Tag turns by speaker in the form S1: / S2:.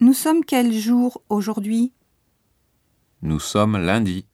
S1: Nous sommes quel jour aujourd'hui
S2: Nous sommes lundi.